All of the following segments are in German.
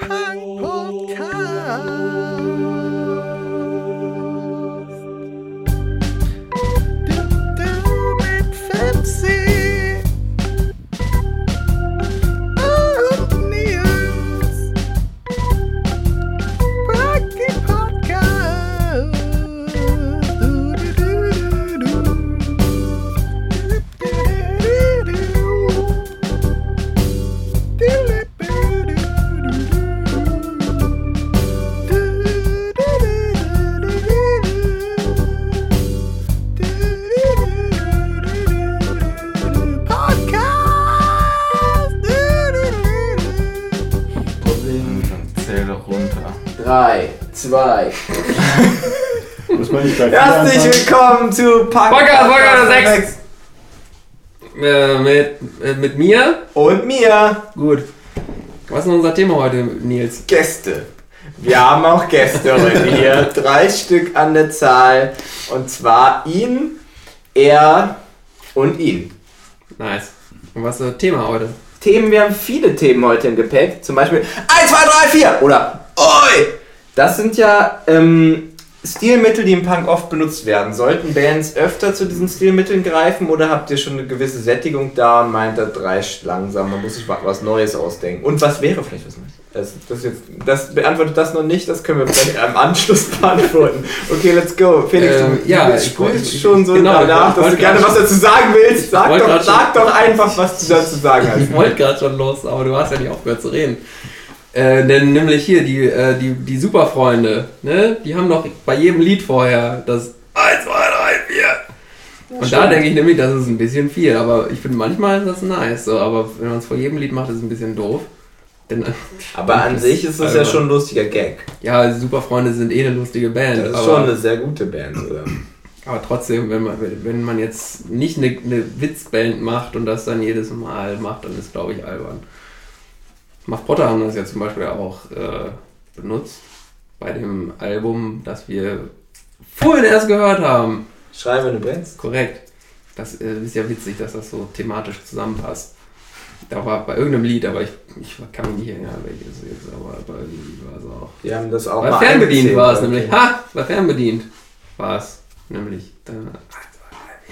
Punk Podcast. Du, du mit Fipsi. Und Nils. Punky Podcast. Du, du, du, du, du. Du, du, du, du, du. Zähle runter. 3, 2. Muss man nicht bei Herzlich anfangen? willkommen zu Punk Podcast, Podcast 6. Äh, mit, äh, mit mir. Und mir Gut. Was ist denn unser Thema heute, Nils? Gäste. Wir haben auch Gäste heute hier. Drei Stück an der Zahl. Und zwar ihn, er und ihn. Nice. Und was ist das Thema heute? Themen, wir haben viele Themen heute im Gepäck. Zum Beispiel 1, 2, 3, 4 oder Oi! Das sind ja ähm, Stilmittel, die im Punk oft benutzt werden. Sollten Bands öfter zu diesen Stilmitteln greifen oder habt ihr schon eine gewisse Sättigung da und meint, das reicht langsam, man muss sich mal was Neues ausdenken? Und was wäre vielleicht was Neues? Das, das, jetzt, das beantwortet das noch nicht, das können wir vielleicht am Anschluss beantworten. Okay, let's go. Felix, Ähm, du, ja, du ich wollte- sprühst schon so genau, ich danach, dass wollte du gerne gerade- was dazu sagen willst. Sag wollte doch, gerade sag doch einfach, was du dazu sagen hast. Ich wollte gerade schon los, aber du hast ja nicht aufgehört zu reden. Äh, denn nämlich hier, die, äh, die, die Superfreunde, ne? Die haben doch bei jedem Lied vorher das 1, 2, 3, 4. Und da denke ich nämlich, das ist ein bisschen viel, aber ich finde manchmal ist das nice, so, aber wenn man es vor jedem Lied macht, ist es ein bisschen doof. Denn Aber an sich ist das ja Also- schon ein lustiger Gag. Ja, Superfreunde sind eh eine lustige Band. Das ist aber, schon eine sehr gute Band. Oder? aber trotzdem, wenn man, wenn man jetzt nicht eine, eine Witzband macht und das dann jedes Mal macht, dann ist glaube ich albern. Mach Potter haben das ja zum Beispiel auch äh, benutzt bei dem Album, das wir vorhin erst gehört haben. Schreibe eine Band. Korrekt. Das äh, ist ja witzig, dass das so thematisch zusammenpasst. Da war bei irgendeinem Lied, aber ich, ich kann mich nicht erinnern, welches es jetzt, aber bei irgendeinem Lied war es auch. Die haben das auch Bei mal fernbedient eingezählt, war es oder? nämlich. Ha! Bei fernbedient war es nämlich. Da-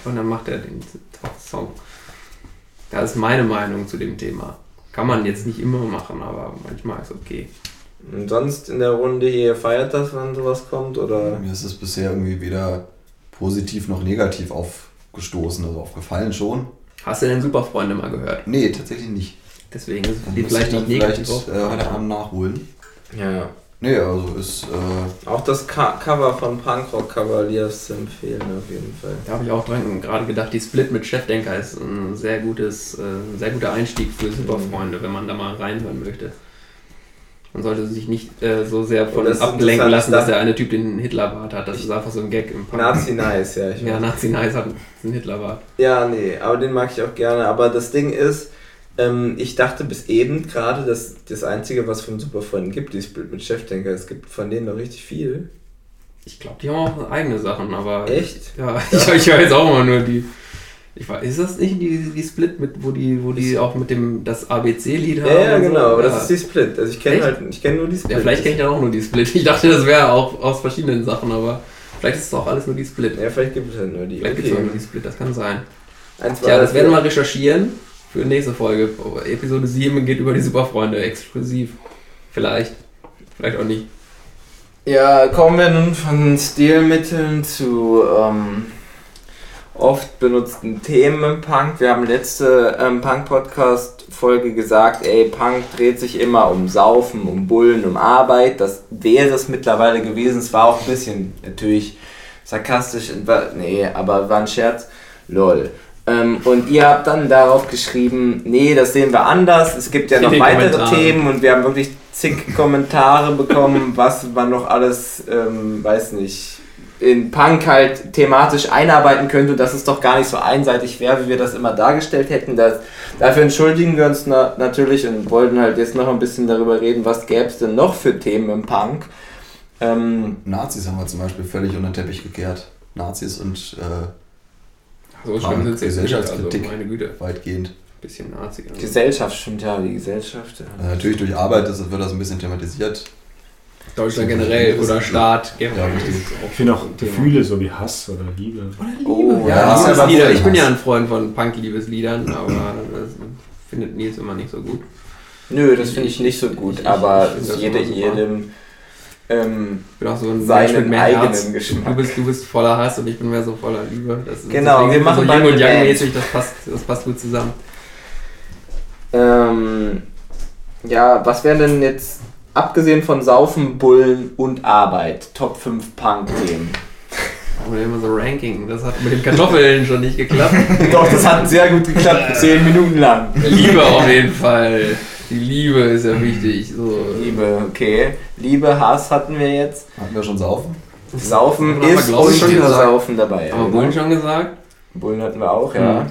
Und dann macht er den Song. Das ist meine Meinung zu dem Thema. Kann man jetzt nicht immer machen, aber manchmal ist okay. Und sonst in der Runde hier feiert das, wenn sowas kommt? Oder? Mir ist es bisher irgendwie weder positiv noch negativ aufgestoßen, also aufgefallen schon. Hast du denn Superfreunde mal gehört? Nee, tatsächlich nicht. Deswegen ist Dann die muss ich vielleicht dann nicht negativ vielleicht, auf. äh, heute Abend nachholen. Ja, ja. Nee, also ist äh, Auch das Ka Cover von Punkrock Cavaliers zu empfehlen, auf jeden Fall. Da habe ich auch dran gerade gedacht, die Split mit Chefdenker ist ein sehr gutes, äh, ein sehr guter Einstieg für Superfreunde, wenn man da mal reinhören möchte. Man sollte sich nicht äh, so sehr von Und das ist ablenken interessant, lassen, dass- dass der eine Typ den Hitlerbart hat. Das ist einfach so ein Gag im Punk. Nazi Nice, ja. Ich Ja, ne? Nazi Nice hat einen Hitlerbart. Ja, nee, aber den mag ich auch gerne. Aber das Ding ist, ähm, ich dachte bis eben gerade, dass das Einzige, was von Superfreunden gibt, dieses Bild mit Chefdenker, es gibt von denen noch richtig viel. Ich glaube, die haben auch eigene Sachen, aber. Echt? Ja, ich, ich höre jetzt auch immer nur die. Ich weiß, ist das nicht die, die Split mit, wo die, wo die auch mit dem das ABC-Lied haben? Ja, ja, und so? genau, aber Ja. das ist die Split. Also ich kenne Echt? halt, ich kenne nur die Split. Ja, vielleicht kenne ich dann auch nur die Split. Ich dachte, das wäre auch aus verschiedenen Sachen, aber vielleicht ist es auch alles nur die Split. Ja, vielleicht gibt es halt nur die. Vielleicht gibt es auch nur die Split, das kann sein. Eins, Tja, also das werden wir mal. mal recherchieren für nächste Folge. Episode 7 geht über die Superfreunde, exklusiv. Vielleicht. Vielleicht auch nicht. Ja, kommen wir nun von Stilmitteln zu ähm, oft benutzten Themen im Punk. Wir haben letzte ähm, Punk-Podcast-Folge gesagt, ey, Punk dreht sich immer um Saufen, um Bullen, um Arbeit. Das wäre es mittlerweile gewesen. Es war auch ein bisschen natürlich sarkastisch, war- nee, aber war ein Scherz. Lol. Ähm, und ihr habt dann darauf geschrieben, nee, das sehen wir anders. Es gibt ja noch Viele weitere Kommentare. Themen und wir haben wirklich zig Kommentare bekommen, was man noch alles, ähm, weiß nicht, in Punk halt thematisch einarbeiten könnte, dass es doch gar nicht so einseitig wäre, wie wir das immer dargestellt hätten. Das, dafür entschuldigen wir uns na, natürlich und wollten halt jetzt noch ein bisschen darüber reden, was gäbe es denn noch für Themen im Punk. Ähm, Nazis haben wir zum Beispiel völlig unter den Teppich gekehrt. Nazis und äh, So schlimm sind Punk, sie jetzt nicht, also Gesellschaftskritik. meine Güte. weitgehend. bisschen Also naziger. Gesellschaft, stimmt ja, die Gesellschaft. Äh, natürlich durch Arbeit ist, wird das ein bisschen thematisiert. Deutschland generell oder Staat generell. Ja, richtig. Das ist auch Ich finde auch ein Thema. Gefühle so wie Hass oder Liebe. Oh, Ja, Ja, das ist aber Liebeslieder. wohl Ich bin was. ja ein Freund von Punk-Liebesliedern, aber das findet Nils immer nicht so gut. Nö, das finde ich nicht so gut, Ich- ich- aber ich find das jeder immer super. jedem ähm, Ich bin auch so ein Mensch mit seinen mehr eigenen Herz. Du Geschmack. bist, du bist voller Hass und ich bin mehr so voller Liebe. Das ist Genau, deswegen wir machen so Yin beide und Yang Band. mäßig, das passt, das passt gut zusammen. Ähm, ja, was wären denn jetzt, abgesehen von Saufen, Bullen und Arbeit, Top 5 Punk-Themen? Oder immer so Ranking, das hat mit den Kartoffeln schon nicht geklappt. Doch, das hat sehr gut geklappt, 10 Minuten lang. Liebe auf jeden Fall. Die Liebe ist ja wichtig. So. Liebe, okay. Liebe, Hass hatten wir jetzt. Hatten wir schon Saufen? Saufen Haben wir, ist glaub ich, und schon gesagt. Saufen dabei. Haben wir Bullen schon gesagt? Bullen hatten wir auch, ja. Mhm.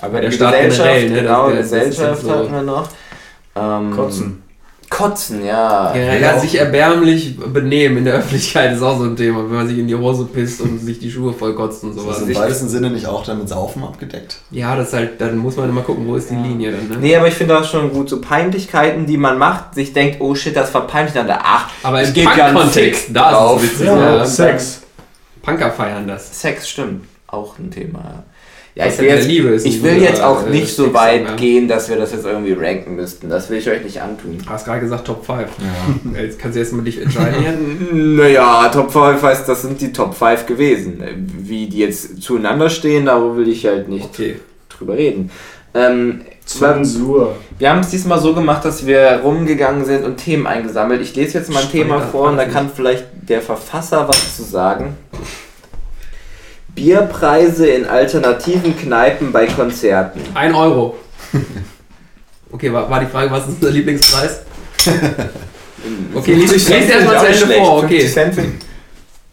Aber Der die Staat Gesellschaft, generell, ne, genau, das- das- das ist Gesellschaft jetzt so- hatten wir noch. Ähm, Kotzen. Kotzen, ja. genau. Generell Ja, ja, sich erbärmlich benehmen in der Öffentlichkeit ist auch so ein Thema, wenn man sich in die Hose pisst und sich die Schuhe vollkotzt und Ist das sowas. im weitesten Sinne nicht auch dann mit Saufen abgedeckt? Ja, das ist halt, dann muss man immer gucken, wo ist die Linie dann, ne? Nee, aber ich finde das schon gut. So Peinlichkeiten, die man macht, sich denkt, oh shit, das war peinlich. Dann, ach, Aber es im geht ganz Punk-Kontext, fix da ist es drauf. witzig, Ja, Ja, Sex. Punker feiern das. Sex, stimmt. Auch ein Thema. Ja, Das ich will, mit der jetzt, Liebe ist ein ich will guter, jetzt auch äh, nicht so Fixer, weit ja. gehen, dass wir das jetzt irgendwie ranken müssten. Das will ich euch nicht antun. Du hast gerade gesagt Top 5. Jetzt kannst du jetzt mal dich entscheiden hier. Naja, Top 5 heißt, das sind die Top 5 gewesen. Wie die jetzt zueinander stehen, darüber will ich halt nicht Okay. drüber reden. Ähm, Zensur. wir haben es diesmal so gemacht, dass wir rumgegangen sind und Themen eingesammelt. Ich lese jetzt mal ein Spannend, Thema das vor und da weiß kann vielleicht der Verfasser was zu sagen. Bierpreise in alternativen Kneipen bei Konzerten. Ein Euro. Okay, war, war die Frage, was ist unser Lieblingspreis? Okay, lies lies erstmal zu Ende vor, okay.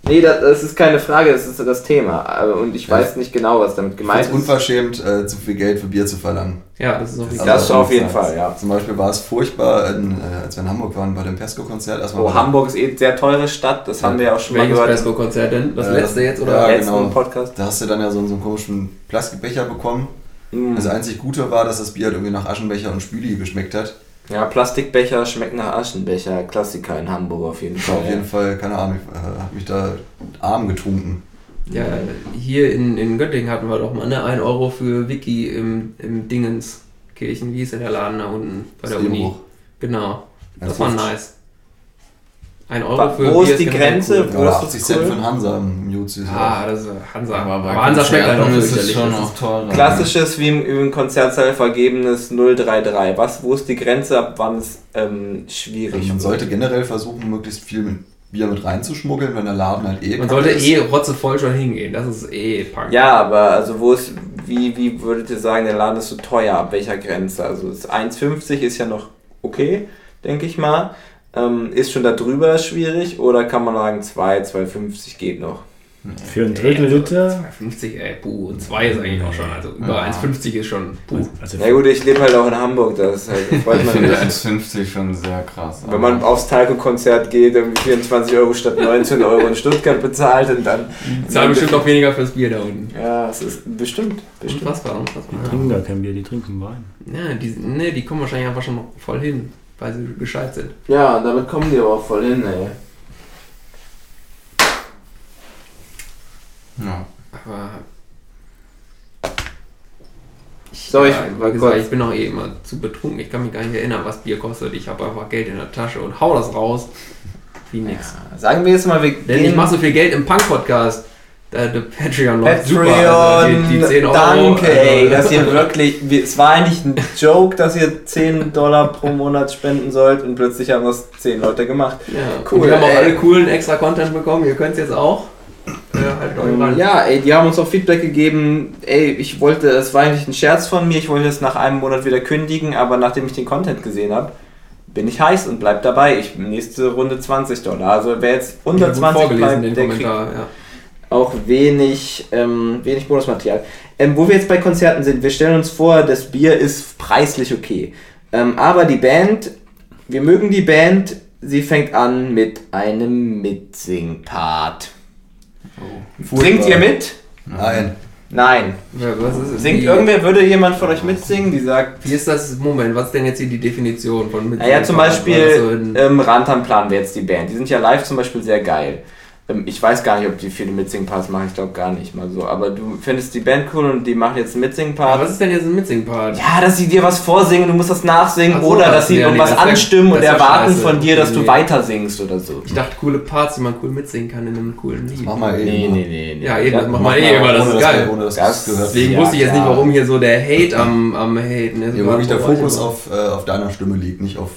Nee, das, das ist keine Frage, das ist das Thema. Aber- Und ich weiß nicht genau, was damit Ich find's gemeint ist. unverschämt, äh, zu viel Geld für Bier zu verlangen. Ja, das ist noch Also, Das auf jeden Fall, ja. Zum Beispiel war es furchtbar, in, äh, als wir in Hamburg waren bei dem Pesco-Konzert. Erstmal Oh, war- Hamburg ist eh eine sehr teure Stadt, das haben wir ja auch schon mal Welches gehört. im Presco-Konzert denn? Das Äh, letzte jetzt, ja, oder? letzten genau. Podcast. Da hast du dann ja so, so einen komischen Plastikbecher bekommen. Mm. Das einzig Gute war, dass das Bier halt irgendwie nach Aschenbecher und Spüli geschmeckt hat. Ja, Plastikbecher schmeckt nach Aschenbecher. Klassiker in Hamburg auf jeden Ich war Fall. auf jeden Fall, keine Ahnung, ich äh, hab mich da arm getrunken. Ja, hier in, in Göttingen hatten wir doch mal, ne? Ein Euro für Wiki im, im Dingenskirchen. Wie ist denn der Laden da unten bei der Uni? Stilbruch. Genau. Ja, Das war fünf- nice. Ein Euro Wa- für wo Bier ist die generell Grenze? cool. Ja, oder Das ist 80 Cent cool. von Hansa im Also Jutsu. Ah, das ist Hansa. Aber bei Aber Hansa schmeckt halt auch Konzerten ist es fürchterlich. schon Das ist- auch teurer. Klassisches, wie im, im Konzertsaal vergebenes 033. Was, wo ist die Grenze, ab wann es ähm, schwierig Man wird? sollte generell versuchen, möglichst viel mit Bier mit reinzuschmuggeln, wenn der Laden halt eh Man kacke sollte ist. eh rotzevoll schon hingehen. Das ist eh Punk. Ja, aber also wo ist, wie, wie würdet ihr sagen, der Laden ist so teuer, ab welcher Grenze? Also ist 1,50 ist ja noch okay, denke ich mal. Ähm, ist schon da drüber schwierig oder kann man sagen 2, 2,50 geht noch? Für ein Drittel Liter. 2,50, also ey, puh. Und 2 ist eigentlich auch schon. Also über 1,50 ist schon puh. Also Na gut, ich lebe halt auch in Hamburg, das ist halt, freut Ich man finde mich. 1,50 schon sehr krass. Wenn man aber- aufs Talco-Konzert geht, irgendwie 24 Euro statt 19 Euro in Stuttgart bezahlt und dann. Die zahlen bestimmt auch weniger fürs Bier da unten. Ja, es ist bestimmt. bestimmt. Unfassbar, unfassbar. Die trinken gar kein Bier, die trinken Wein. Ja, die, nee, die kommen wahrscheinlich einfach schon voll hin, weil sie gescheit sind. Ja, damit kommen die aber auch voll hin, ey. Ja. Aber. Ich, So, ich- wie gesagt, kurz. ich bin auch eh immer zu betrunken. Ich kann mich gar nicht erinnern, was Bier kostet. Ich habe einfach Geld in der Tasche und hau das raus. Wie nix. Sagen wir jetzt mal, wir Denn ich gehen- mache so viel Geld im Punk-Podcast. Da, der Patreon läuft Patreon, super. Also die, die 10 Euro. danke, ey, also- dass ihr wirklich, wir- es war eigentlich ein Joke, dass ihr 10 Dollar pro Monat spenden sollt und plötzlich haben das 10 Leute gemacht. Ja, Cool, cool. Wir haben auch ey. alle coolen extra Content bekommen. Ihr könnt es jetzt auch. Äh, haltet euch ran. Ja, ey, die haben uns auch Feedback gegeben, ey, ich wollte, es war eigentlich ein Scherz von mir, ich wollte es nach einem Monat wieder kündigen, aber nachdem ich den Content gesehen habe, bin ich heiß und bleib dabei. Ich nächste Runde 20 Dollar. Also wer jetzt unter Gut 20 vorgelesen, bleibt, den der kriegt Kommentar. Ja. auch wenig, ähm, wenig Bonusmaterial. Ähm, wo wir jetzt bei Konzerten sind, wir stellen uns vor, das Bier ist preislich okay. Ähm, aber die Band, wir mögen die Band, sie fängt an mit einem Mitsingpart. Furchtbar. Oh, Singt ihr mit? Nein. Nein. Ja, was ist es? Singt Wie- irgendwer, würde jemand von euch mitsingen, die sagt, Wie ist das? Moment, was ist denn jetzt hier die Definition von Also mit? naja, zum War das so Beispiel ein- ähm, Rantanplan wäre jetzt die Band. Die sind ja live zum Beispiel sehr geil. Ähm, ich weiß gar nicht, ob die viele Mitsing-Parts machen, ich glaube gar nicht mal so. Aber du findest die Band cool und die machen jetzt einen Aber Mitsing-Part. was ist denn jetzt ein Mitsing-Part? Ja, dass sie dir was vorsingen, du musst das nachsingen Ach so, oder das- dass sie ja, nee, irgendwas das wär- anstimmen das und wär erwarten scheiße. von dir, dass du Nee. weiter singst oder so. Ich dachte, coole Parts, die man cool mitsingen kann in einem coolen Lied. Mach mal eben. Nee, nee, nee. nee. Ja, eben, das Ja, macht man eh immer, das ist geil. Ohne dass Das- das gehört Deswegen Ja, wusste ich jetzt nicht, klar. warum hier so der Hate am, am Haten ist. Ja, wirklich der Fokus auf, äh, auf deiner Stimme liegt, nicht auf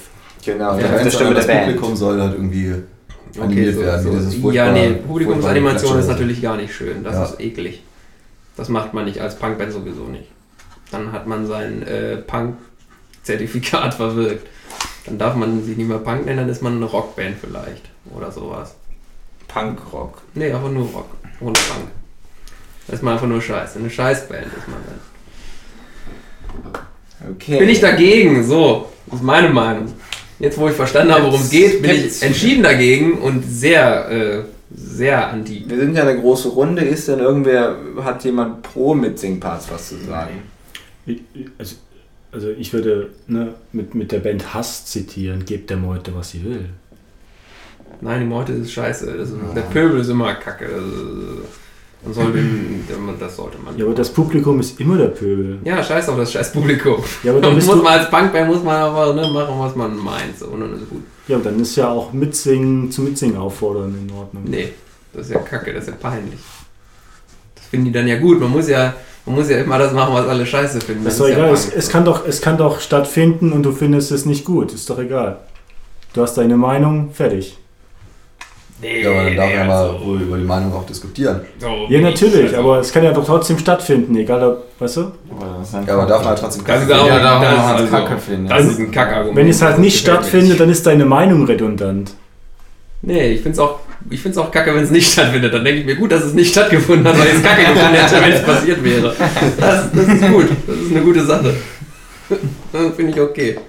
Genau, das ist Ja, Fans, die Stimme sondern der das Band. Publikum soll halt irgendwie Okay, animiert so, werden. dieses so. Ja, furchtbare- nee, furchtbare Publikumsanimation Klatsche. ist natürlich gar nicht schön. Das Ja. ist eklig. Das macht man nicht, als Punkband sowieso nicht. Dann hat man sein äh, Punk-Zertifikat verwirkt. Dann darf man sich nicht mehr Punk nennen, dann ist man eine Rockband vielleicht. Oder sowas. Punkrock. Nee, einfach nur Rock. Ohne Punk. Das ist man einfach nur Scheiße. Eine Scheißband ist man dann. Okay. Bin ich dagegen, so, ist meine Meinung. Jetzt, wo ich verstanden habe, worum es geht, bin ich Jetzt- entschieden dagegen und sehr, äh, sehr anti. Wir sind ja eine große Runde. Ist denn irgendwer, hat jemand pro Mitsingparts was zu sagen? Ich- ich- Also, also ich würde ne, mit, mit der Band Hass zitieren, gebt der Meute, was sie will. Nein, die Meute ist scheiße. Das ist, Ah. Der Pöbel ist immer kacke. Also, Man soll den, das sollte man. Ja, aber das Publikum ist immer der Pöbel. Ja, scheiß auf das scheiß Publikum. Ja, aber Man dann muss bist du, man als Punkband muss man aber ne, machen, was man meint. So, und dann ist gut. ja, und dann ist ja auch Mitsingen zu Mitsingen auffordern in Ordnung. Nee, das ist ja kacke, das ist ja peinlich. Das finden die dann ja gut. Man muss ja, man muss ja immer das machen, was alle scheiße finden. Das ist Das doch ist ja egal, es, Punk. es, kann doch, es kann doch stattfinden und du findest es nicht gut, ist doch egal. Du hast deine Meinung, fertig. Nee, Ja, aber dann darf nee, man mal also, wohl über die Meinung auch diskutieren. so Ja, nicht. natürlich, Also, aber es kann ja doch trotzdem stattfinden, egal ob, weißt du? Ja, aber darf man halt trotzdem Das ist Kaffee auch Ja, da das, haben wir ist halt Kacke also, finden. das ist ein Kackargument. Wenn es halt Das nicht gefällt mir stattfindet, dann ist deine Meinung redundant. Nee, ich find's auch, ich find's auch kacke, wenn es nicht stattfindet. Dann denke ich mir, gut, dass es nicht stattgefunden hat, weil ich es kacke gefunden hätte, wenn es passiert wäre. Das, das ist gut. Das ist eine gute Sache. Finde ich okay. Da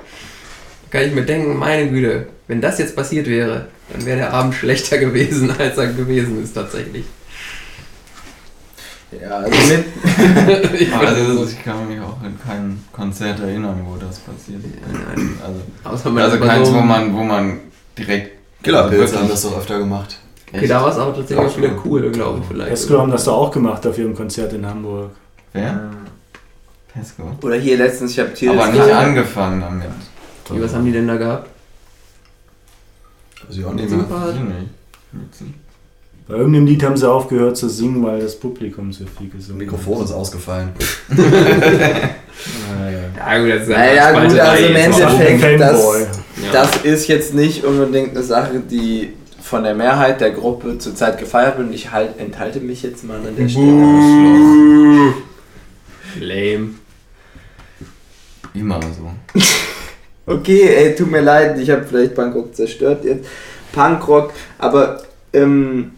kann ich mir denken, meine Güte, wenn das jetzt passiert wäre, dann wäre der Abend schlechter gewesen, als er gewesen ist tatsächlich. Ja, also mit, Ich Also also, ich kann mich auch an kein Konzert erinnern, wo das passiert ist. nein, Also, außer man also ist bei keins, so wo einem- man, wo man direkt Killerpilz wirklich- haben das doch öfter gemacht. Okay, da war es aber tatsächlich auch schon wieder cool, glaube ich, vielleicht. Esco haben das doch auch gemacht auf ihrem Konzert in Hamburg. Wer? Pesco. oder hier letztens, ich habe Tier. Aber nicht angefangen damit. Wie, was haben die denn da gehabt? Weiß ich auch nicht mehr. Weiß ich nicht. Nutzen. Bei irgendeinem Lied haben sie aufgehört zu singen, weil das Publikum so viel gesungen Das hat. Mikrofon ist ausgefallen. Naja. Ja, gut, das ist Naja, gut, Spalterei. also im Jetzt Endeffekt- mal- Perfekt, das- Fanboy. Ja. Das ist jetzt nicht unbedingt eine Sache, die von der Mehrheit der Gruppe zurzeit gefeiert wird. Und ich halt, enthalte mich jetzt mal an der Stelle. Buh. Lame. Immer so. Okay, ey, tut mir leid, ich habe vielleicht Punkrock zerstört jetzt. Punkrock, aber ähm,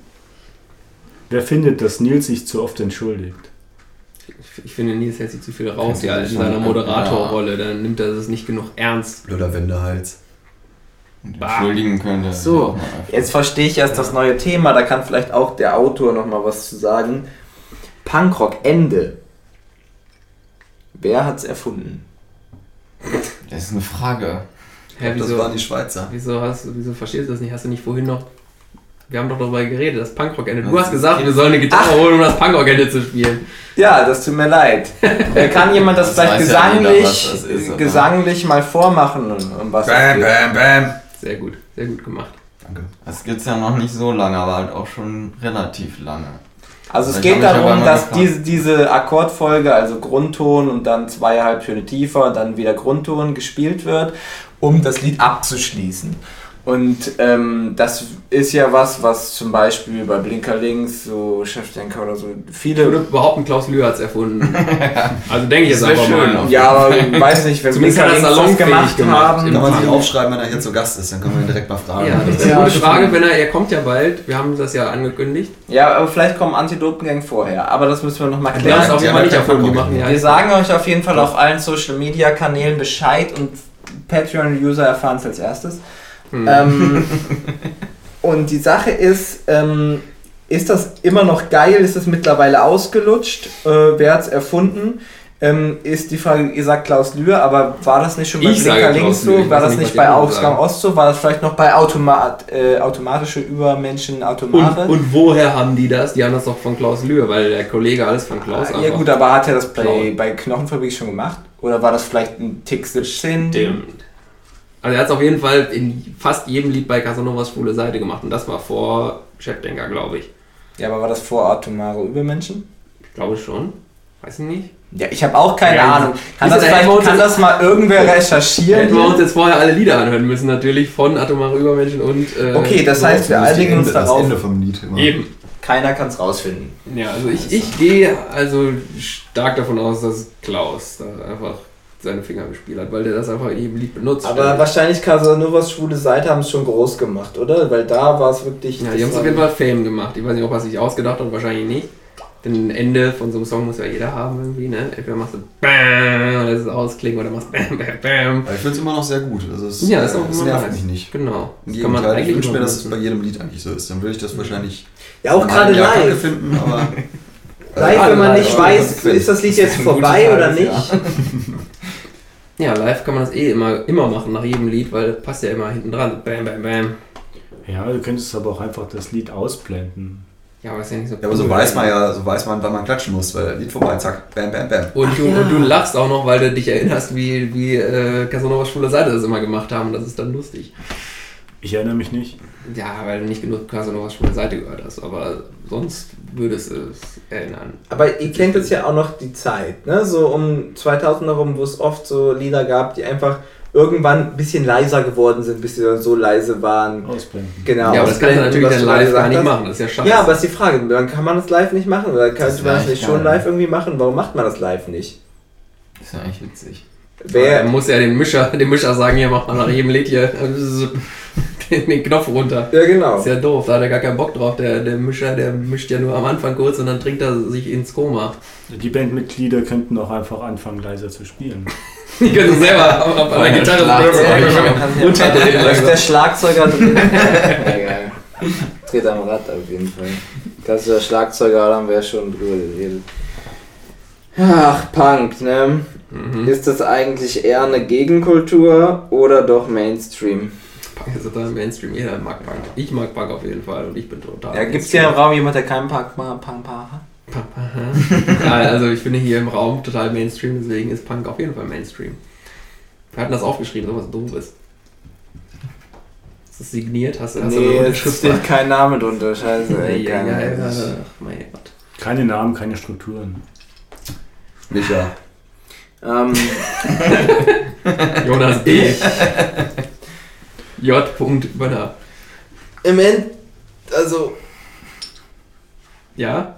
Wer findet, dass Nils sich zu oft entschuldigt? Ich finde, Nils hält sich zu viel raus Kannst du ja, in das schon- seiner Moderatorrolle. Dann nimmt er es nicht genug ernst. Blöder Wendehals. Und Bah. entschuldigen könnte. So, jetzt verstehe ich erst das neue Thema, da kann vielleicht auch der Autor nochmal was zu sagen. Punkrock, Ende. Wer hat's erfunden? Das ist eine Frage. Hä, das wieso, waren die Schweizer. wieso, hast, du- wieso verstehst du das nicht? Hast du nicht vorhin noch... Wir haben doch darüber geredet, das Punkrock endet. Du Was? hast gesagt, wir sollen eine Gitarre holen, um das Punkrock Ende zu spielen. Ja, das tut mir leid. Äh, kann jemand das, Das vielleicht weiß ja jeder, gesanglich, was das ist, oder? gesanglich mal vormachen und, und was das Bam, geht? bam, bam. Sehr gut, sehr gut gemacht. Danke. Das gibt's ja noch nicht so lange, aber halt auch schon relativ lange. Also Ich es hab geht mich aber darum, mal dass gefragt. diese, diese Akkordfolge, also Grundton und dann zwei Halbtöne tiefer und dann wieder Grundton gespielt wird, um das Lied abzuschließen. Und ähm, das ist ja was, was zum Beispiel bei Blinker Links, so Chefdenker oder so, Ich würde viele... behaupten, Klaus Löhr hat es erfunden. Also denke ich jetzt Das wär einfach schön. mal. Ja, aber ich weiß nicht, wenn Zumindest Blinker hat er Links es das salonfähig gemacht, gemacht. haben... Kann man sich Mann. aufschreiben, wenn er hier zu Gast ist, dann können wir ihn direkt mal fragen. Ja, das wäre Ja, eine das gute Frage, stimmt. wenn er, er kommt ja bald. Wir haben das ja angekündigt. Ja, aber vielleicht kommen Antidopengang vorher, aber das müssen wir nochmal Wir klären. haben es auf die jeden haben Fall ja nicht keinen erfunden. Die Bock. machen ja Wir sagen euch auf jeden Fall auf allen Social Media Kanälen Bescheid und Patreon-User erfahren es als erstes. Hm. Ähm, und die Sache ist, ähm, Ist das immer noch geil? Ist das mittlerweile ausgelutscht? Äh, wer hat's erfunden? Ähm, ist die Frage, ihr sagt Klaus Lühr, aber war das nicht schon bei Ich sage Blinker Klaus Links Lühr, so? ich War weiß das nicht, nicht was bei die anderen Ausgang sagen. Ost so? War das vielleicht noch bei Automat, äh, automatische Übermenschen, Und, Automate? und woher haben die das? Die haben das doch von Klaus Lühr, weil der Kollege alles von Ah, Klaus einfach. ja gut, aber hat er das bei, Klaus. bei Knochenfabrik schon gemacht? Oder war das vielleicht ein Tick 17? Stimmt. Also er hat es auf jeden Fall in fast jedem Lied bei Casanovas schwule Seite gemacht und das war vor Chefdenker, glaube ich. Ja, aber war das vor Automare Übermenschen? Ich glaube schon. Weiß ich nicht. Ja, ich habe auch keine Ja, Ahnung. Kann das, ist das der vielleicht, Emote- kann das mal irgendwer Hätten wir recherchieren? uns jetzt vorher alle Lieder anhören müssen, natürlich, von Atomare Übermenschen und. Äh, Okay, das heißt, wir Das ist die einigen uns Ende- Das darauf. Ende vom Lied immer. Eben. Keiner kann es rausfinden. Ja, also ich, ich gehe also stark davon aus, dass Klaus da einfach seine Finger im Spiel hat, weil der das einfach in jedem Lied benutzt. Aber wahrscheinlich Casanovas schwule Seite haben es schon groß gemacht, oder? Weil da war es wirklich. ja, das die haben es war- auf jeden Fall Fame gemacht. Ich weiß nicht, ob er sich ausgedacht hat, wahrscheinlich nicht. Denn ein Ende von so einem Song muss ja jeder haben irgendwie, ne? Entweder machst du BAM und lässt es ausklingen oder machst BAM BAM BAM. Aber ich finde es immer noch sehr gut. Also es, Ja, ist auch es immer nervt nice. mich nicht. Genau. Im Gegenteil, ich wünsche mir, dass es übernutzen. bei jedem Lied eigentlich so ist. Dann würde ich das wahrscheinlich Ja, auch mal gerade eher Kacke live. finden, aber Äh, Live, wenn man Gerade nicht live, weiß, ja. ist das Lied jetzt ein gutes vorbei oder halbes nicht? Jahr. Ja, live kann man das eh immer, immer machen nach jedem Lied, weil das passt ja immer hinten dran. Bam, bam, bam. Ja, du könntest aber auch einfach das Lied ausblenden. Ja, aber ist ja nicht so. Ja, aber so cool. weiß man ja, so weiß man, wann man klatschen muss, weil Lied vorbei, zack, bam, bam, bam. Und du, Ach ja. und du lachst auch noch, weil du dich erinnerst, wie, wie äh, Casanovas schwule Seite das immer gemacht haben. Das ist dann lustig. Ich erinnere mich nicht. Ja, weil du nicht genug Casanovas schwule Seite gehört hast. Aber sonst würdest du es erinnern. Aber ihr kennt jetzt ja auch noch die Zeit, ne? So um 2000 herum, wo es oft so Lieder gab, die einfach irgendwann ein bisschen leiser geworden sind, bis sie dann so leise waren. Ausblenden. Genau. Ja, aber das kannst du natürlich was dann du gerade live gesagt gar nicht hast. machen. Das ist ja scheiße. Ja, aber ist die Frage, dann kann man das live nicht machen oder kann Das man das wär nicht echt schon geil. live irgendwie machen? Warum macht man das live nicht? Ist ja eigentlich witzig. Dann Wer, muss ja den Mischer, dem Mischer sagen, hier mach mal nach jedem Lied hier äh, den, den Knopf runter. ja genau. Ist ja doof, da hat er gar keinen Bock drauf. Der, der Mischer, der mischt ja nur am Anfang kurz und dann trinkt er sich ins Koma. Die Bandmitglieder könnten auch einfach anfangen, leiser zu spielen. Die können selber auf einer Gitarre Unter den Langsam. genau. der Schlagzeuger. Egal. Dreht am Rad auf jeden Fall. Das ist der Schlagzeuger, da haben wir ja schon drüber geredet. Ach, Punk, ne? Mhm. Ist das eigentlich eher eine Gegenkultur oder doch Mainstream? Punk ist total Mainstream, jeder mag Punk. Ich mag Punk auf jeden Fall und ich bin total. Ja, gibt's hier im Raum jemand, der keinen Punk macht? Punk, Punk, Mainstream. ja, also ich bin hier im Raum total Mainstream, deswegen ist Punk auf jeden Fall Mainstream. Wir hatten das aufgeschrieben, sowas doofes. Ist das signiert? Hast du hast du Nee, eine Also, es Schrift? steht kein Name drunter, scheiße. Nee, ja, ja, ja, egal. Ach, mein Gott. Keine Namen, keine Strukturen. Micha. Ähm, Jonas B. J. Bönner. Im End, also, Ja?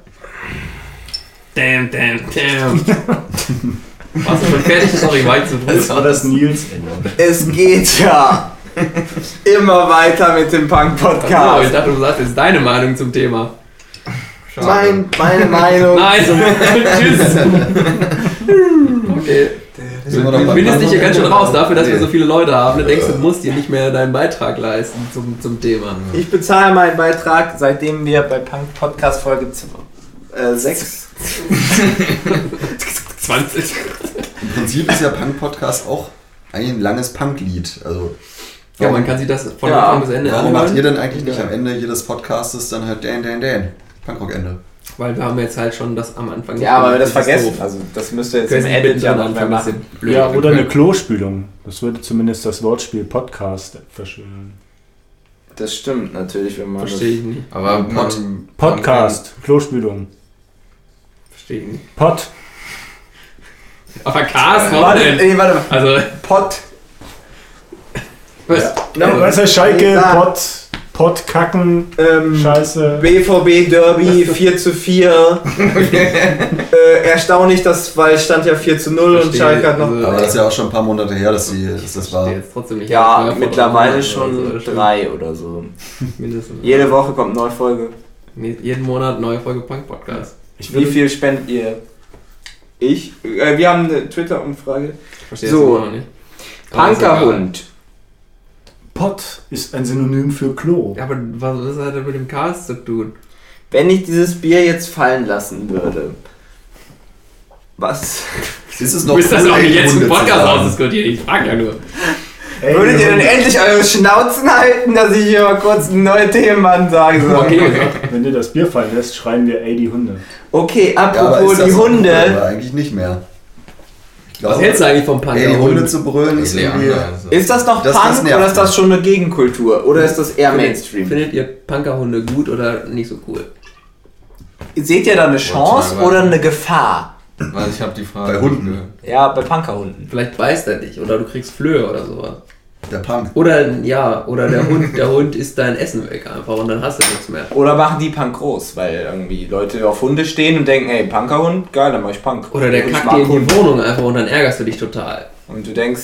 Damn, damn, damn. Warst du schon fertig? Sorry, war ich zu früh. Das war das Nils-Ende. es geht ja immer weiter mit dem Ach so, ich Punk-Podcast. dachte, du sagst jetzt deine Meinung zum Thema. Schade. Mein, meine Meinung. Nein! Tschüss! Äh, Okay. Sind wir doch Du beim bindest dich anderen hier ganz schön Ende? raus dafür, dass wir Nee. so viele Leute haben. Du denkst, du musst dir nicht mehr deinen Beitrag leisten zum, zum Thema. Ich bezahle meinen Beitrag, seitdem wir bei Punk Podcast Folge äh, 6 20. Im Prinzip ist ja Punk-Podcast auch ein langes Punk-Lied. Also, Ja, man kann sich das von Ja. Anfang bis Ende warum anhören. macht ihr denn eigentlich nicht am Ende jedes Podcastes dann halt Dan, Dan, Dan? Punkrock-Ende. Weil wir haben jetzt halt schon das am Anfang Ja, aber wir das ist vergessen. doof. Also das müsst ihr jetzt Können im Sie Edit bitte ja am noch mehr Anfang ein machen. bisschen blöd Ja, oder eine machen? Klospülung. Das würde zumindest das Wortspiel Podcast verschönern. Das stimmt natürlich, wenn man Verstehe ich nicht. Aber man, Pod- man Podcast, Klospülung. Verstehe ich nicht. Pod. Aber Cars, das. warum Warte, denn? ey, warte mal. Also, Pod. was? Ja, was ist Schalke? Ja. Pod. Pod kacken. Ähm, Scheiße. BVB Derby 4 zu 4. äh, erstaunlich, dass, weil es stand ja 4 zu 0 und Verstehe, Schalke hat noch. also- Aber das ist ja auch schon ein paar Monate her, dass, die, dass das war. Verstehe jetzt trotzdem nicht. ja, Neuer mittlerweile Folge oder so, also, schon das stimmt. drei oder so. Also, Mindestens. Jede Woche kommt eine neue Folge. Nee, jeden Monat neue Folge Punk Podcast. Ich Wie würde, viel spendet ihr? Ich? Äh, wir haben eine Twitter-Umfrage. Verstehe So. das immer noch nicht. Aber ist egal. Punkerhund. Pod ist ein Synonym für Klo. Ja, aber was, was hat das mit dem Cars zu tun? Wenn ich dieses Bier jetzt fallen lassen würde, was Es ist Du noch bist das auch nicht jetzt im unbegründet zu Podcast sagen. ausdiskutiert. Ich frag ja nur. Ey, also, Würdet ihr wenn- denn endlich eure Schnauzen halten, dass ich hier mal kurz neue Themen ansage? Okay, gesagt. Wenn dir das Bier fallen lässt, schreien wir, ey, die Hunde. Okay, Ja, aber apropos ist das die noch unbegründet? Hunde. Aber eigentlich nicht mehr. Ich Was glaube, hältst du eigentlich vom Punk? ey, die Hunde zu brüllen ist irgendwie. also. Ist das noch Das- das Punk nervt oder ist das mich. schon eine Gegenkultur? Oder ist das eher Mainstream. Mainstream? Findet ihr Punkerhunde gut oder nicht so cool? Seht ihr da eine Chance Urteil, oder weil- eine Gefahr? Weil ich habe die Frage. Bei Hunden. nicht gehört. Ja, bei Punkerhunden. Vielleicht beißt er dich oder du kriegst Flöhe oder sowas. Der Punk. Oder ja, oder der Hund, der Hund isst dein Essen weg einfach und dann hast du nichts mehr. Oder machen die Punk groß, weil irgendwie Leute auf Hunde stehen und denken, hey, Punkerhund, geil, dann mach ich Punk. Oder der Und ich kackt mag dir in die Hunde. Wohnung einfach und dann ärgerst du dich total. Und du denkst,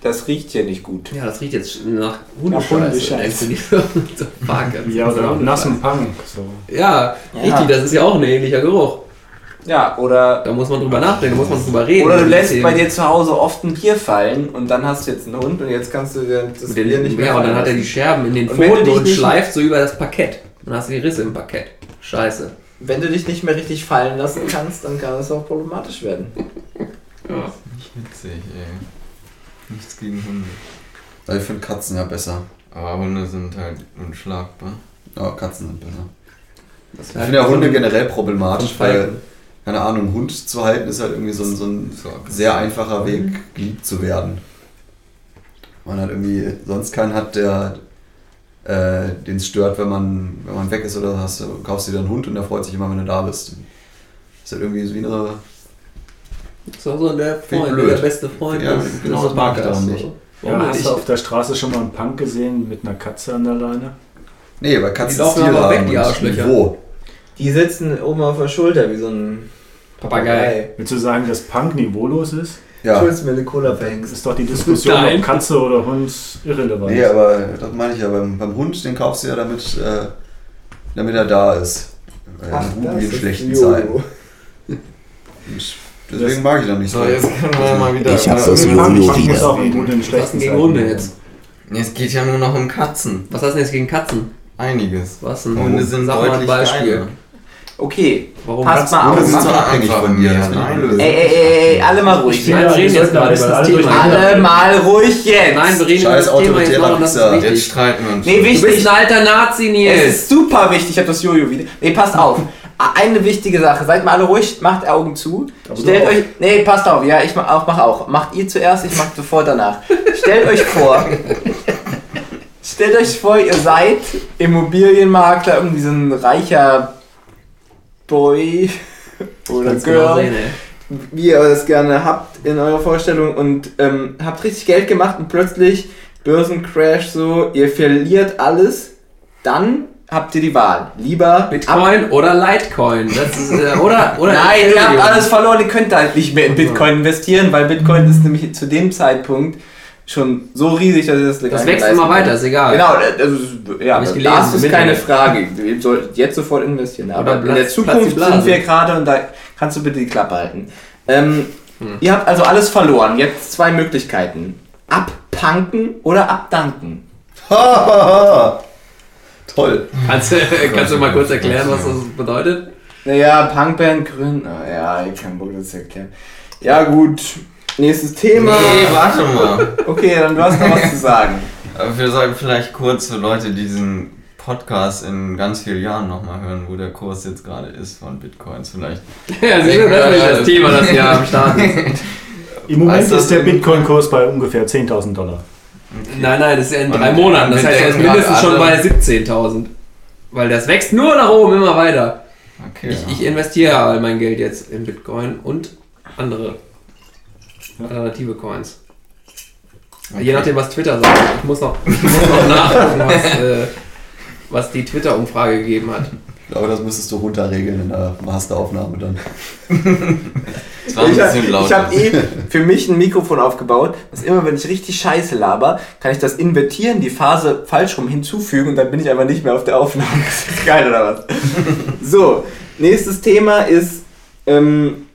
das riecht hier nicht gut. Ja, das riecht jetzt nach Hundescheiße. Hundescheiße. denkst du nicht so, so fuck. das Ja, ist oder Hundescheiße. nassen Punk. So. Ja, richtig, das ist ja auch ein ähnlicher Geruch. Ja, oder Da muss man drüber nachdenken, da muss man drüber reden. Oder du Mit lässt dem- bei dir zu Hause oft ein Bier fallen und dann hast du jetzt einen Hund und jetzt kannst du dir das mit den Bier nicht mehr Ja, und dann fallen hat er die lassen. Scherben in den Und wenn du Pfoten dich und nicht- schleift so über das Parkett. Dann hast du die Risse im Parkett. Scheiße. Wenn du dich nicht mehr richtig fallen lassen kannst, dann kann es auch problematisch werden. Nicht witzig, ey. Nichts gegen Hunde. Ich finde Katzen ja besser. Aber Hunde sind halt unschlagbar. Ja, Katzen sind besser. Das halt Ich finde ja Hunde generell so problematisch, ein weil, Falken. keine Ahnung, einen Hund zu halten ist halt irgendwie so ein, so ein So, okay. sehr einfacher Weg, geliebt zu werden. Man hat irgendwie sonst keinen hat, der äh, den es stört, wenn man, wenn man weg ist oder so. hast du, kaufst du dir einen Hund und der freut sich immer, wenn du da bist. Ist halt irgendwie so wie eine. Das war so der Finde ich Freund, blöd. der beste Freund. Ja, das- genau, das das mag Parker ich daran ist nicht. so. Ja, Warum hast nicht? du auf der Straße schon mal einen Punk gesehen mit einer Katze an der Leine? Nee, weil Katzen Die laufen Stil aber weg, die und Arschlöcher. Niveau. Die sitzen oben auf der Schulter wie so ein Papagei. Willst du sagen, dass Punk niveaulos ist? Ja. Ja. Schulz mir eine Cola Das verhängst. ist doch die Diskussion, Nein. ob Katze oder Hund irrelevant Nee, ist. aber das meine ich ja. Beim, beim Hund, den kaufst du ja, damit, äh, damit er da ist. Äh, in guten wie in schlechten Zeiten. Und Deswegen mag ich das nicht so. So, jetzt können wir mal wieder. Ich hab's aus dem- über- Punk, Nur Punk muss wieder. auch in guten und Was schlechten denn gegen Zeiten Hunde sein. jetzt? Nee, es geht ja nur noch um Katzen. Was hast du denn jetzt gegen Katzen? Einiges. Was denn? Hunde sind Sag mal ein deutlich Beispiel. geiler. Okay, Warum? passt mal Hunde sind auf. so Mach abhängig einfach von dir. mehr, das finde ich nein. blöd. Ey, ey, ey, ey, alle mal ruhig. Nein, wir reden jetzt sollten am mal über besten das alle Thema. durcheinander Alle reden. mal ruhig jetzt. Nein, wir reden über Scheiß das Thema jetzt autoritärer noch und das Wichser. ist Jetzt wichtig. streiten wir uns. Nee, Du bist ein wichtig. alter Nazi, Es Nils. ist super wichtig, ich hab das Jojo wieder. Nee, passt auf. Eine wichtige Sache, seid mal alle ruhig, macht Augen zu. Aber du Stellt auch. euch. Nee, passt auf, ja, ich mach auch, mach auch. Macht ihr zuerst, ich mach sofort danach. Stellt euch vor. Stellt euch vor, ihr seid Immobilienmakler, irgendwie so ein reicher Boy oder genau Kannst du mal Girl sehen, ey. wie ihr das gerne habt in eurer Vorstellung und ähm, habt richtig Geld gemacht und plötzlich Börsencrash so, ihr verliert alles, dann habt ihr die Wahl. Lieber ab- Bitcoin oder Litecoin. Das ist, äh, oder, oder Nein, ihr habt Ethereum. alles verloren, ihr könnt halt nicht mehr in Bitcoin investieren, weil Bitcoin ist nämlich zu dem Zeitpunkt schon so riesig, dass ihr das Das legal wächst leisten immer könnt. weiter, ist egal. Genau, das ist, ja, Hab ich das gelesen, das ist im keine Internet. Frage. Ihr solltet jetzt sofort investieren. Aber in Oder der Platz- Platz die Zukunft Blase. sind wir gerade und da kannst du bitte die Klappe halten. Ähm, Hm. Ihr habt also alles verloren. Jetzt zwei Möglichkeiten. Abpanken oder abdanken. Ha, ha, ha. Toll. Kannst, du- kannst du mal kurz erklären, was das bedeutet? Naja, Punkband gründen. Ah, ja, ich kann Bock das erklären. Ja gut, nächstes Thema. Nee, warte mal. Okay, dann du hast noch was zu sagen. Aber wir sollten vielleicht kurz für Leute diesen Podcast in ganz vielen Jahren nochmal hören, wo der Kurs jetzt gerade ist von Bitcoins. Vielleicht. Ja, siehst du, das ist nämlich das Thema, das wir am Start ist. Im Moment Also Weißt du, ist der im- Bitcoin-Kurs bei ungefähr 10.000 Dollar. Nein, nein, das ist ja in Und drei Monaten. Das wir heißt, er ist denken mindestens gerade schon bei alle- 17.000. Weil das wächst nur nach oben, immer weiter. Okay. Ich, ich investiere ja all mein Geld jetzt in Bitcoin und andere alternative Coins. okay. Je nachdem, was Twitter sagt. Ich muss noch, ich muss noch nachgucken, was, äh, was die Twitter-Umfrage gegeben hat. Ich glaube, das müsstest du runterregeln in der Masteraufnahme dann. Es war ein ich bisschen habe lauter. hab eh für mich ein Mikrofon aufgebaut, dass immer, wenn ich richtig Scheiße laber, kann ich das invertieren, die Phase falsch rum hinzufügen und dann bin ich einfach nicht mehr auf der Aufnahme. Das ist geil, oder was? So, nächstes Thema ist, ähm,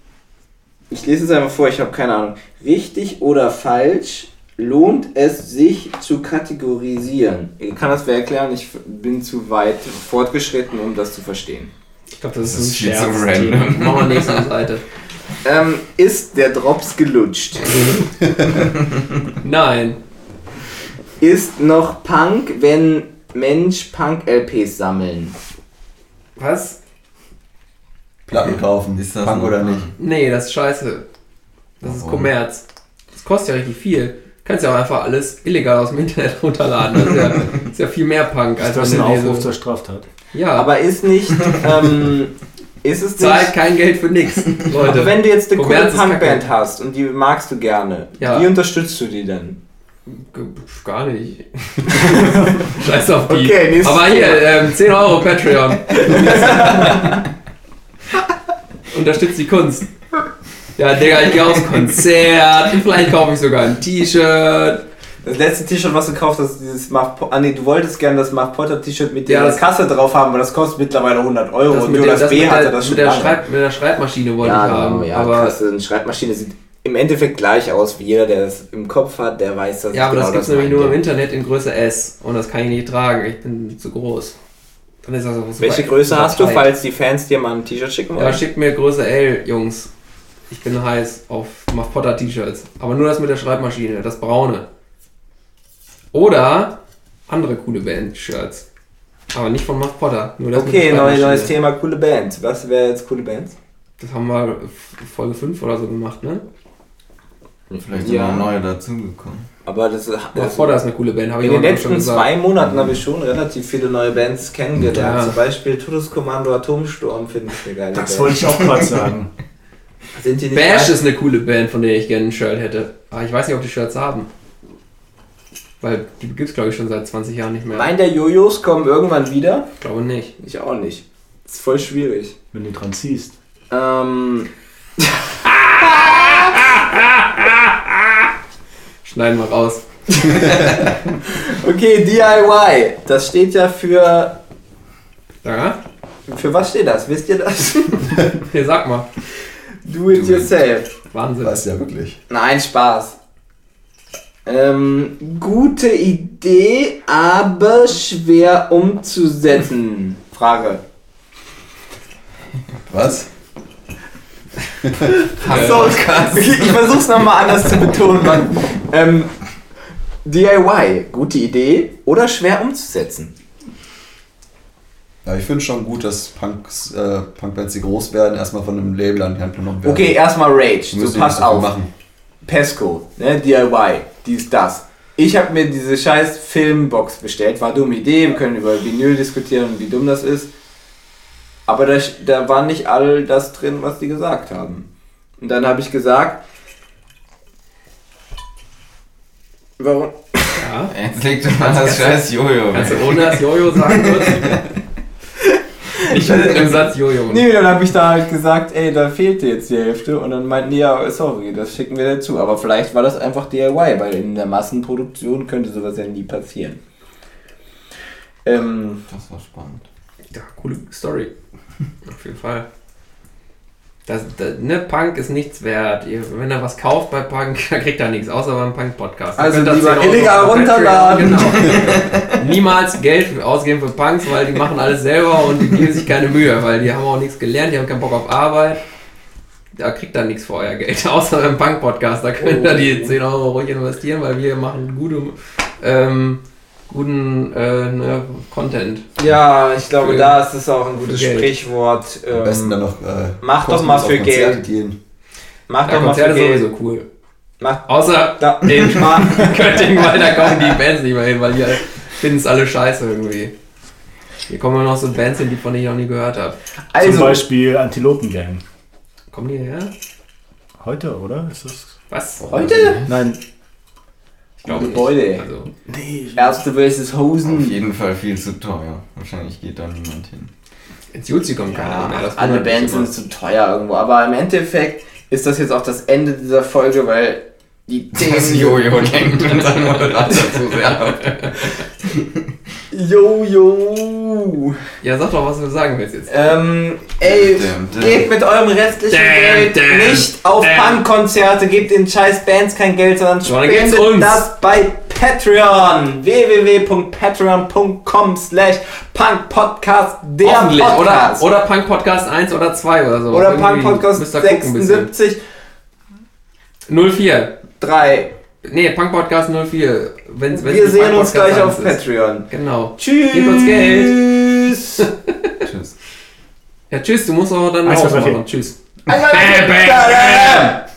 ich lese es einfach vor, ich habe keine Ahnung. Richtig oder falsch lohnt es sich zu kategorisieren? Ich kann das wer erklären, ich bin zu weit fortgeschritten, um das zu verstehen. glaube, das, Das ist ein ist viel zu Scherzthema. random. Machen wir nächste Seite. Ähm, ist der Drops gelutscht? Nein. Ist noch Punk, wenn Mensch Punk-LPs sammeln? Was? Platten kaufen. Ist das Punk noch oder Punk? nicht? Nee, das ist scheiße. Das ist Warum? Kommerz. Das kostet ja richtig viel. Kannst ja auch einfach alles illegal aus dem Internet runterladen. Das ist ja, ist ja viel mehr Punk Ist als das Also ein wenn du dir Aufruf so- zur Straftat? Ja, aber Aber ist nicht, ähm, ist es zahlt nicht, kein Geld für nichts, Leute. aber wenn du jetzt eine coole Kommerz ist Punkband kacke. hast und die magst du gerne, Ja. wie unterstützt du die dann? G- Gar nicht. Scheiß auf die. Okay, nächstes Aber hier, Thema. ähm, 10 Euro Patreon. Unterstützt die Kunst. Ja, Digga, ich gehe aufs Konzert. Vielleicht kaufe ich sogar ein T-Shirt. Das letzte T-Shirt, was du gekauft hast, ist dieses Mark Po- ah nee, du wolltest gerne das Mark Potter T-Shirt mit der Ja, das- Kasse drauf haben, aber das kostet mittlerweile 100 Euro Das und mit nur der- das, das B mit hatte der, das schon mit, der lange. Schreib, mit der Schreibmaschine wollte ich haben. ja, aber Kasse, eine Schreibmaschine sieht im Endeffekt gleich aus, wie jeder, der es im Kopf hat, der weiß, dass ja, aber ich das genau gibt es nämlich nur im meinte. Internet in Größe S. Und das kann ich nicht tragen. Ich bin zu groß. Dann ist das auch super- Welche Größe super hast du, tight. falls die Fans dir mal ein T-Shirt schicken wollen? Ja, schickt mir Größe L, Jungs. Ich bin heiß auf Mach Potter T-Shirts. Aber nur das mit der Schreibmaschine, das braune. Oder andere coole Band-Shirts. Aber nicht von Mach Potter. Nur das mit okay, der neu, Schreibmaschine. neues Thema, coole Bands. Was wäre jetzt coole Bands? Das haben wir F- Folge 5 oder so gemacht, ne? Vielleicht sind Ja. noch neue dazugekommen. Aber das, ist- also Mach das Potter ist eine coole Band, habe ich in auch den noch schon letzten gesagt. zwei Monaten habe ich schon relativ viele neue Bands kennengelernt. Ja. Zum Beispiel Todeskommando Atomsturm finde ich eine geile Das Band. wollte ich auch gerade sagen. Sind die nicht Bash geil? ist eine coole Band, von der ich gerne ein Shirt hätte. Aber ich weiß nicht, ob die Shirts haben. Weil die gibt es, glaube ich, schon seit 20 Jahren nicht mehr. Meint der Jojos kommen irgendwann wieder? Ich glaube nicht. Ich auch nicht. ist voll schwierig. Wenn du dran ziehst. Ähm, Schneiden wir raus. okay, DIY. Das steht ja für. Ja? Für was steht das? Wisst ihr das? Hier, sag mal. Do it yourself. Wahnsinn. Weißt ja wirklich. Nein, Spaß. Ähm, gute Idee, aber schwer umzusetzen. Frage. Was? Achso, okay, ich versuch's nochmal anders zu betonen, Mann. Ähm, DIY, gute Idee oder schwer umzusetzen? Ja, ich finde schon gut, dass Punks, äh, Punkbands, die groß werden, erstmal von einem Label an die Hand genommen werden. Okay, erstmal Rage. Müssen So, die nicht pass so viel auf. Machen. Pesco, ne, DIY, dies, das. Ich habe mir diese scheiß Filmbox bestellt, war dumme Idee, wir können über Vinyl diskutieren und wie dumm das ist. Aber da, da war nicht all das drin, was die gesagt haben. Und dann habe ich gesagt, warum? Ja. Jetzt legt doch mal das scheiß Jojo Kannst weg. du ohne das Jojo sagen kurz? Ich will mit dem Satz Jojo. Nee, dann habe ich da halt gesagt, ey, da fehlt dir jetzt die Hälfte. Und dann meinten die, ja, sorry, das schicken wir dazu. Aber vielleicht war das einfach DIY, weil in der Massenproduktion könnte sowas ja nie passieren. Ähm, Das war spannend. Ja, coole Story. Auf jeden Fall. Das, das, ne, Punk ist nichts wert. Ihr, wenn er was kauft bei Punk, dann kriegt er nichts, außer beim Punk-Podcast. Ihr Also könnt das lieber 10 Euro illegal auf Patreon, runterladen. Genau. Niemals Geld ausgeben für Punks, weil die machen alles selber und die geben sich keine Mühe, weil die haben auch nichts gelernt, die haben keinen Bock auf Arbeit. Da kriegt er nichts für euer Geld, außer beim Punk-Podcast. Da könnt ihr Oh. die 10 Euro ruhig investieren, weil wir machen gute, ähm, guten äh, ne, Content. ja, ich glaube, Für- da ist es auch ein gutes für Geld. Sprichwort. Am besten dann Ähm, noch. Äh, mach doch kostenlos mal auf für Konzerte Geld. Gehen. mach doch Ja, mal für Konzerte Geld. sowieso cool. Mach Außer da, den Kötting, weil da kommen die Bands nicht mehr hin, weil die halt finden es alle scheiße irgendwie. Hier kommen nur noch so Bands hin, die von denen ich noch nie gehört habe. Zum also, Beispiel Antilopengang. Kommen die her? Heute, oder? Ist das. Was? heute? Nein. Ich glaube nicht. Heute. Also, Nee. Ärzte vs. Auf Hosen. jeden Fall viel zu teuer. Wahrscheinlich geht da niemand hin. ins Jutsi kommt keiner Ja, mehr. Das alle wundert mich Bands immer. sind zu teuer irgendwo. Aber im Endeffekt ist das jetzt auch das Ende dieser Folge, weil die Das Themen. Jojo hängt mit seinem Moderator zu sehr ab. Yo, yo. Ja, sag doch, was du sagen willst jetzt. Ähm, ey, Damn, damn. geht mit eurem restlichen Damn, Geld damn, nicht auf damn. Punkkonzerte, gebt den scheiß Bands kein Geld, sondern Sondern gebt's spendet uns. das bei Patreon. www.patreon.com slash punkpodcast der Hoffentlich. Oder, Podcast. oder Punk Podcast 1 oder 2 oder so. oder Irgendwie Punkpodcast müsst ihr gucken ein bisschen. 76 04. 3. Nee, Punk Podcast 04. Wenn's, wenn's Wir nicht sehen Punk uns Podcast gleich auf 1 ist. Patreon. Genau. Tschüss. Gebt uns Geld. Tschüss. Ja, tschüss, du musst auch dann Eins, zwei, drei, rausmachen. vier. Tschüss. Einmal-